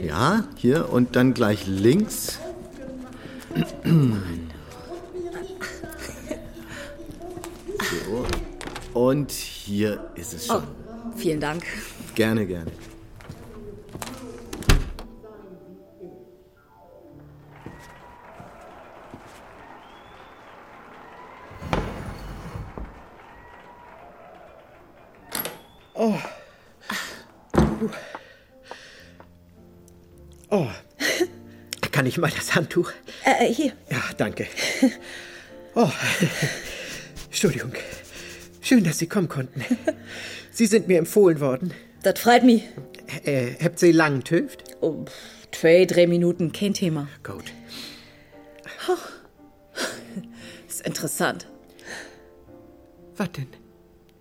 L: Ja, hier und dann gleich links. So. Und hier ist es
E: Oh,
L: schon.
E: vielen Dank.
L: Gerne, gerne.
C: Oh. Oh. [LAUGHS] Kann ich mal das Handtuch?
E: Äh, hier.
C: Ja, danke. [LAUGHS] Oh. Entschuldigung. Schön, dass Sie kommen [LAUGHS] konnten. Sie sind mir empfohlen worden.
E: Das freut mich.
C: Äh, habt Sie lang tüft?
A: Oh, zwei, drei Minuten, kein Thema.
C: Gut.
A: Ist interessant.
C: Was denn?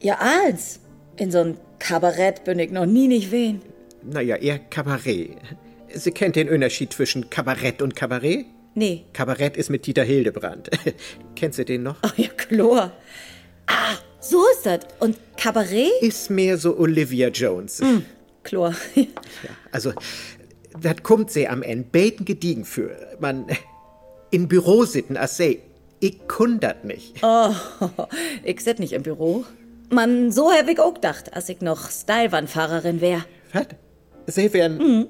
A: Ja, als. In so ein Kabarett bin ich noch nie nicht wen.
C: Naja, eher Kabarett. Sie kennt den Unterschied zwischen Kabarett und Kabarett?
A: Nee.
C: Kabarett ist mit Dieter Hildebrand. [LAUGHS] Kennst du den noch?
A: Oh [LAUGHS] ja, Chlor. Ah,
C: So ist das. Und Kabarett? Ist mehr so Olivia Jones.
A: Chlor. [LAUGHS]
C: Also, das kommt sie am Ende. Beten gediegen für. Man, in Büro sitten, assay. Ich kundert nicht.
A: Oh, ich sit nicht im Büro. Man, so hab ich auch gedacht, als ich noch Stylewandfahrerin wär.
C: Was? Sie wären...
A: Mhm.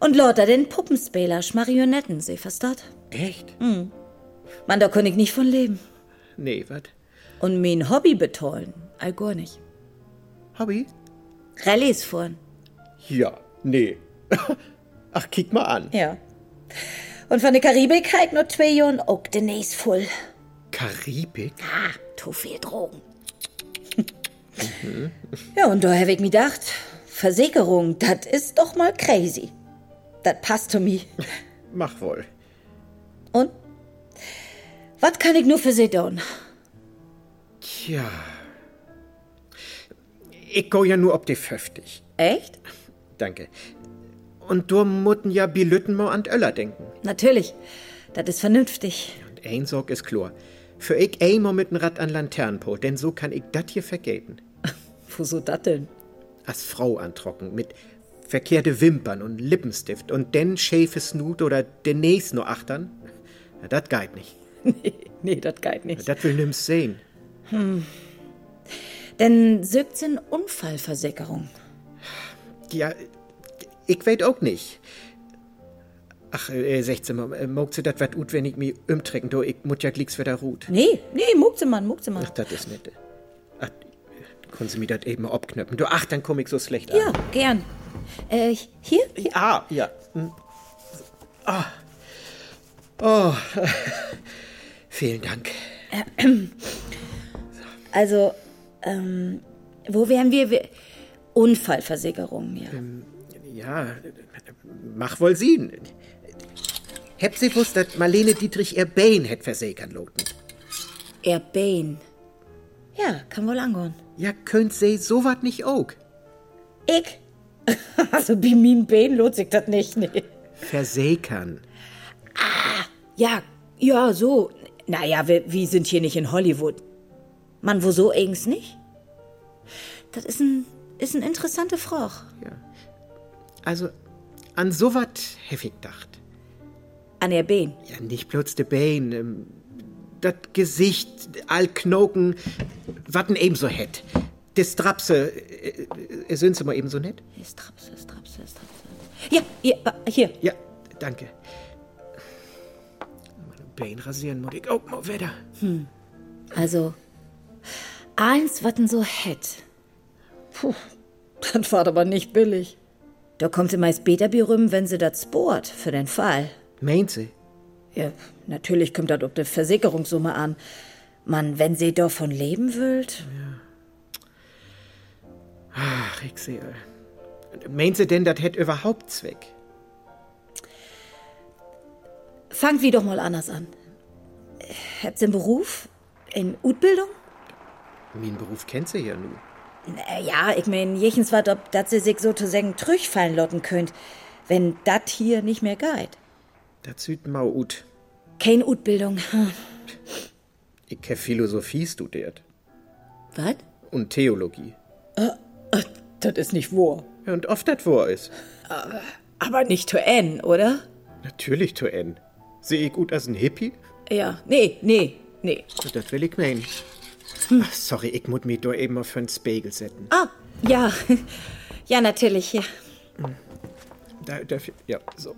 A: Und lauter den Puppenspieler, Marionetten, sie verstaat.
C: Echt?
A: Mhm. Man, da kann ich nicht von leben.
C: Nee, was?
A: Und mein Hobby betollen, all gar nicht.
C: Hobby?
A: Rallyes fahren.
C: Ja, nee. [LAUGHS] Ach, kick mal an.
A: Ja. Und von der Karibik halt nur zwei Jahren auch demnächst voll.
C: Karibik?
A: Ah, zu viel Drogen. Ja, und da hab ich mir gedacht, Versicherung, das ist doch mal crazy. Das passt zu mir.
C: Mach wohl.
A: Was kann ich nur für sie tun?
C: Tja. Ich go ja nur ob die 50.
A: Echt?
C: Danke. Und du mutten ja Bilüttenmo an Öller denken.
A: Natürlich. Das ist vernünftig.
C: Und ein Sorg ist klar. Für ich einmal mit dem Rad an Laternenpo, denn so kann ich dat hier vergelten.
A: Wieso dat denn?
C: Als Frau antrocken, mit verkehrte Wimpern und Lippenstift und denn schäfe Snut oder den nächst nur achtern. Ja, dat geht nicht.
E: nee, nee, das geht nicht.
C: Das will nimm's sehen.
E: Hm. Denn 17 Unfallversicherung.
C: Ja, ich weet auch nicht. Ach, äh, 16 Mal, äh, mogt sie das wat ut, wenn ich mich umtrecken do, ich mut ja glicks wieder ruht.
E: Nee, nee, Mugzemann, Mugzemann.
C: Ach, das ist nett. Ach, können Sie mir das eben mal abknöpfen? Du, ach, dann komm ich so schlecht an.
E: Ja, gern. Äh, hier? hier.
C: Ah, ja. Hm. Ah. Oh. [LAUGHS] Vielen Dank.
E: Also, ähm, wo wären wir? Wir- Unfallversicherung, ja.
C: Ja, mach wohl Sinn. Heb sie wusst, dass Marlene Dietrich ihr Bane hätt versägern loten.
E: Er Bane. Ja, kann wohl angehen.
C: Ja, könnt sie so wat nicht auch.
E: Ich? [LAUGHS] also, bei meinem Bane lohnt sich das nicht, nee.
C: Versägern.
E: Ja, ja, so. Naja, wir, wir sind hier nicht in Hollywood. Mann, wo so eng's nicht? Das ist ein, ist ein interessante Frau.
C: Also, an so wat hef ich dacht.
E: An der Bane.
C: Ja, nicht bloß de Bane. ähm, Dat Gesicht, all Knoken, watten ebenso hätt. Des Trapse, äh, äh, sind sie mal ebenso nett?
E: Des Trapse, des Trapse, des Trapse. Ja, hier, äh, hier.
C: Ja, danke. Meine Bane rasieren muss ich auch mal wieder.
E: Hm. Also, eins, was denn so hätt. Puh, das war aber nicht billig. Da kommt sie meist Beta berühmen, wenn sie das bohrt, für den Fall.
C: Meint sie?
E: Ja, natürlich kommt das ob der Versicherungssumme an. Mann, wenn sie davon leben wollt.
C: Ach, ich sehe. Meint sie denn, das hätt überhaupt Zweck?
E: Fangt wie doch mal anders an. Habt ihr einen Beruf? In Utbildung?
C: Mein Beruf kennt sie ja nun.
E: Na Äh, Ja, ich mein, jechens wat, ob dat sie sich sozusagen trüchfallen lotten könnt, wenn dat hier nicht mehr geht.
C: Das süd mau ut.
E: Kein Utbildung.
C: Ich hab Philosophie studiert.
E: Was?
C: Und Theologie.
E: Äh, Das ist nicht wahr.
C: Ja, und oft das wo ist.
E: Aber nicht to N, oder?
C: Natürlich to N. Sehe ich gut als ein Hippie?
E: Ja, nee, nee, nee.
C: Das will ich meinen. Hm. Ach, sorry, ich muss mich doch eben mal für einen Spiegel setzen.
E: Ah, ja. [LAUGHS] Ja, natürlich, ja.
C: Da, dafür, ja, so.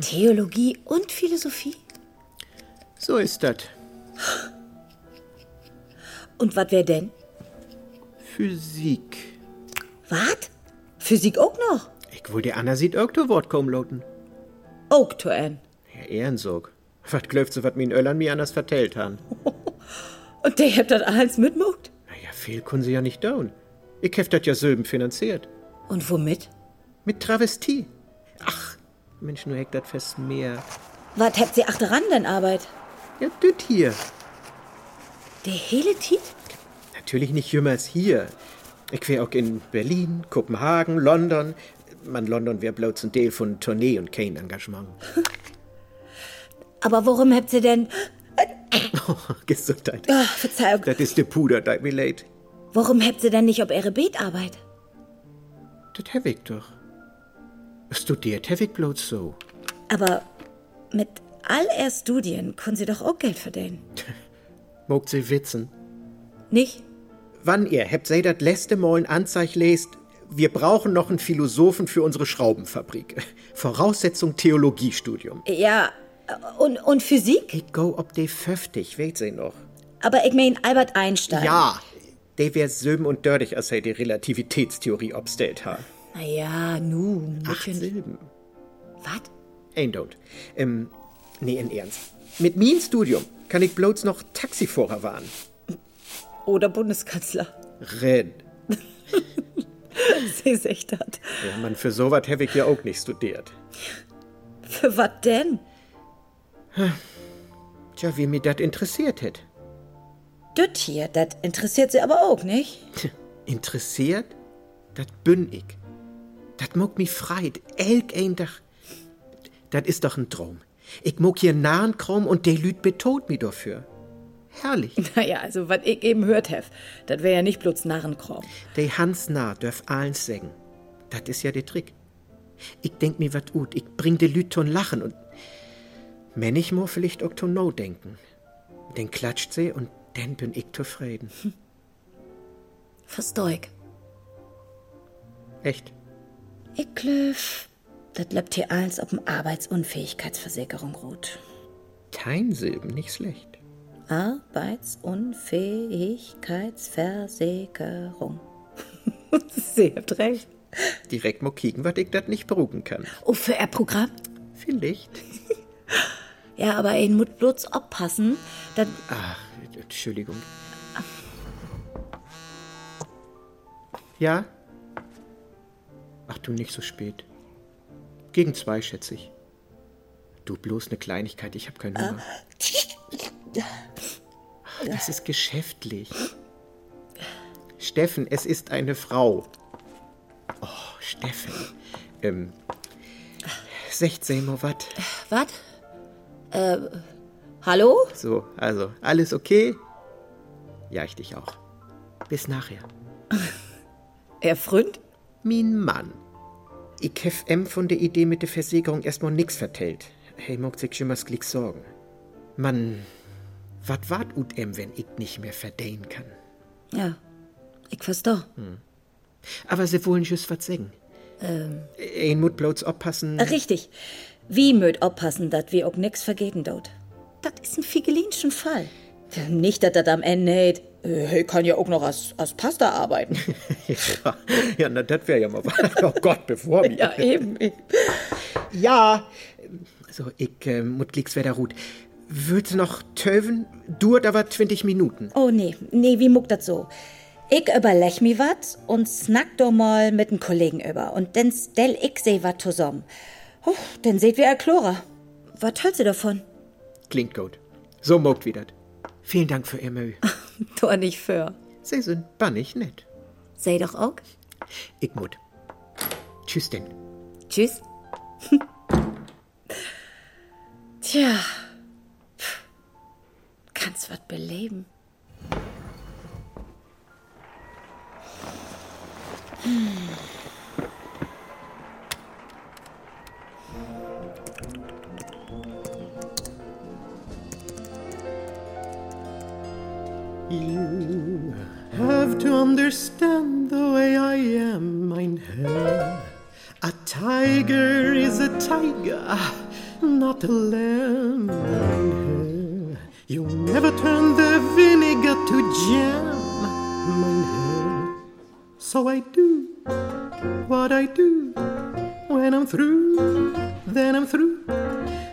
I: Theologie und Philosophie?
C: So ist das.
E: Und wat wär denn?
C: Physik.
E: Wat? Physik auch noch?
C: Ich wohl, die Anna sieht irgendwo Wort kommen lauten.
E: Auch to N.
C: Ja, Ehrensog. Was glöft so, was mir in Öllern mir anders vertellt han?
E: Und der hat das alles mitmuckt?
C: Ja, viel können sie ja nicht down. Ich hef das ja Sülben finanziert.
E: Und womit?
C: Mit Travestie. Ach, Mensch, nur heck das fest mehr.
E: Wat habt ihr achteran denn Arbeit?
C: Ja, düt hier.
E: Der hele Tiet?
C: Natürlich nicht jünger als hier. Ich wär auch in Berlin, Kopenhagen, London. Man, London wär bloß ein Teil von Tournee und kein Engagement. [LAUGHS]
I: Aber worum habt ihr denn.
C: Gesundheit.
I: Ach, Verzeihung.
C: Das ist de Puder, da mir leid.
I: Warum habt ihr denn nicht ob ihre Betarbeit?
C: Das hab ich doch. Studiert hab ich bloß so.
E: Aber mit all er Studien können sie doch auch Geld verdienen.
C: Mogt sie witzen.
E: Nicht?
C: Wann ihr habt sei dat letzte Mal ein Anzeig lest, wir brauchen noch einen Philosophen für unsere Schraubenfabrik. [LAUGHS] Voraussetzung Theologiestudium.
E: Ja, und, und Physik?
C: Ich go ob de 50, weet sie noch.
E: Aber ich mein Albert Einstein.
C: Ja, de wär Ähm, söben und dördig, als er die Relativitätstheorie obstellt hat.
E: Naja, nu.
C: Acht Silben.
I: Was?
C: Ain't don't. Ähm, nee, in Ernst. Mit mien Studium kann ich bloß noch Taxifahrer waren.
E: Oder Bundeskanzler. [LAUGHS]
C: Red.
E: sie sagt das.
C: Ja, man, für sowas hab ich ja auch nicht studiert.
E: Für wat denn?
C: Tja, wie mir dat interessiert hätt.
E: Düt hier, das interessiert sie aber auch, nicht? [LAUGHS]
C: Interessiert? Dat bin ich. Dat muck mi freit, elk ein Dach. Dat ist doch ein Traum. Ich muck hier nahen Krom und de Lüt betot mi dafür. Herrlich.
E: Naja, also wat ich eben hört hef, das wär ja nicht bloß Narrenkram.
C: De Hans nah dürf allen sägen. Dat is ja de Trick. Ich denk mir wat ut, ich bring de Lüt ton lachen und Mennichmo vielleicht auch to no denken. Den klatscht sie und dann bin ich zufrieden.
A: Versteig.
C: [LAUGHS] Echt?
A: Ich glöf, dat läuft hier eins ob dem Arbeitsunfähigkeitsversicherung ruht.
C: Teinsilben, nicht schlecht.
A: Arbeitsunfähigkeitsversicherung. [LAUGHS] Sie habt recht.
C: Direkt mo kicken, was ich dat nicht beruhigen kann.
A: Oh, für ein Programm?
C: Vielleicht.
A: ja, aber ein muss bloß abpassen, dann.
C: Ach, Entschuldigung. Ja? Ach du, nicht so spät. Gegen zwei, schätze ich. Du, bloß eine Kleinigkeit, ich habe keine Hunger. Ach, das ist geschäftlich. Steffen, es ist eine Frau. Oh, Steffen. Ähm, 16 Uhr Watt.
A: Was? Äh, hallo?
C: So, also, alles okay? Ja, ich dich auch. Bis nachher.
A: Er Freund?
C: Mein Mann. Ich hef M von der Idee mit der Versicherung erstmal nix vertellt. Hey, mogt sich schon mal Glück sorgen. Mann, wat wart ut M, wenn ich nicht mehr verdehen kann?
A: Ja, ich verstehe.
C: Hm. Aber sie wollen just wat sagen.
A: Ähm,
C: Ein mut bloß oppassen.
A: richtig. Wie möt oppassen, dat wir ob nix vergeben dort? Dat is ein figelinschen Fall. Nicht, dat dat am Ende hält. Hey, kann ja auch noch als, als Pasta [LAUGHS] arbeiten.
C: Ja, ja na, das wäre ja mal was. [LAUGHS] Oh Gott, bevor mir.
A: Ja, eben.
C: Ja. So, ich äh, mut glicks wer da ruht. Würd's noch töven? Durt aber 20 Minuten.
A: Oh nee, nee, wie muck dat so? Ich überleg mi wat und snack do mal mit den Kollegen über und dann stell ich se wat zusammen. Huh, dann seht wir Erklorer. Wat hört sie davon?
C: Klingt gut. So mogt wie dat. Vielen Dank für ihr Mühe.
A: Tor nicht für.
C: Sie sind bannig nett.
P: Sei doch auch.
C: Ich mut. Tschüss denn.
P: Tschüss.
A: Tja. Pff. Kannst wat beleben. Hm.
L: You have to understand the way I am, mein Herr. A tiger is a tiger, not a lamb, mein Herr. You never turn the vinegar to jam, mein Herr. So I do what I do. When I'm through, then I'm through,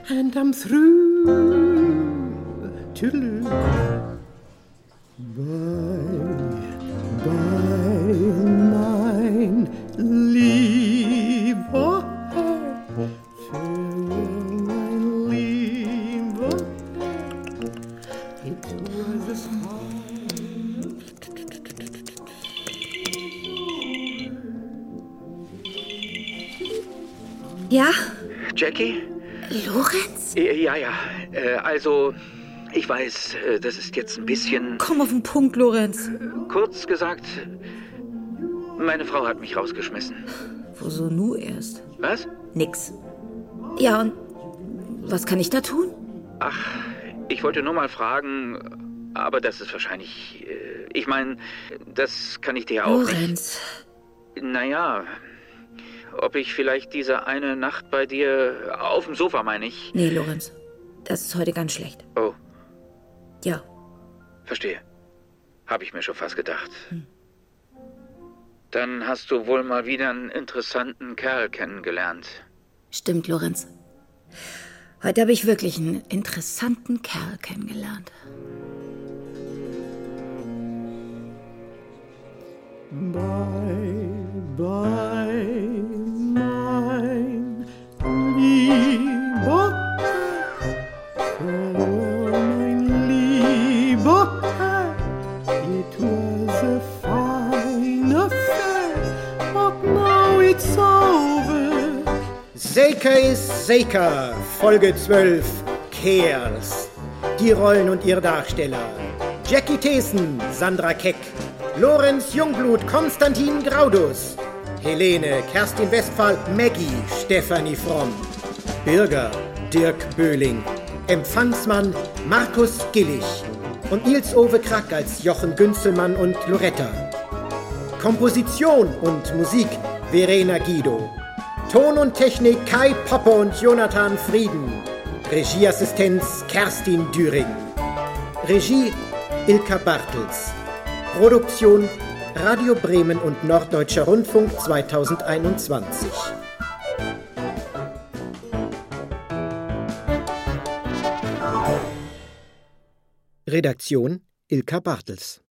L: and I'm through. Toodaloo. By, by mine lieber Herr, für mein lieber Herr, it was a star.
P: Ja?
D: Jackie?
P: Lorenz?
D: Ja, ja. Äh, also, ich weiß, äh, das ist jetzt ein bisschen.
E: Komm auf den Punkt, Lorenz.
D: Kurz gesagt, meine Frau hat mich rausgeschmissen.
E: Wieso nu erst?
D: Was?
E: Nix.
A: Ja, und was kann ich da tun?
D: Ach, ich wollte nur mal fragen, aber das ist wahrscheinlich. äh, Ich meine, das kann ich dir auch
A: Lorenz.
D: nicht. Naja, ob ich vielleicht diese eine Nacht bei dir auf dem Sofa, meine ich.
A: Nee, Lorenz. Das ist heute ganz schlecht.
D: Oh,
A: Ja.
D: verstehe. Habe ich mir schon fast gedacht. Dann hast du wohl mal wieder einen interessanten Kerl kennengelernt.
A: Stimmt, Lorenz. Heute habe ich wirklich einen interessanten Kerl kennengelernt.
L: Bye, bye, mein lieber Herr, mein lieber Herr, it was a fine affair, but now it's over.
C: Seker
L: ist
C: Seker, Folge 12, Kerls. Die Rollen und ihre Darsteller. Jackie Thesen, Sandra Keck, Lorenz Jungblut, Konstantin Graudus, Helene, Kerstin Westphal, Maggie, Stefanie Fromm, Birger, Dirk Böhling,
L: Empfangsmann Markus Gillig und Nils Ove Krack als Jochen Günzelmann und Loretta. Komposition und Musik Verena Guido. Ton und Technik Kai Poppe und Jonathan Frieden. Regieassistenz Kerstin Düring. Regie Ilka Bartels. Produktion Radio Bremen und Norddeutscher Rundfunk 2021. Redaktion Ilka Bartels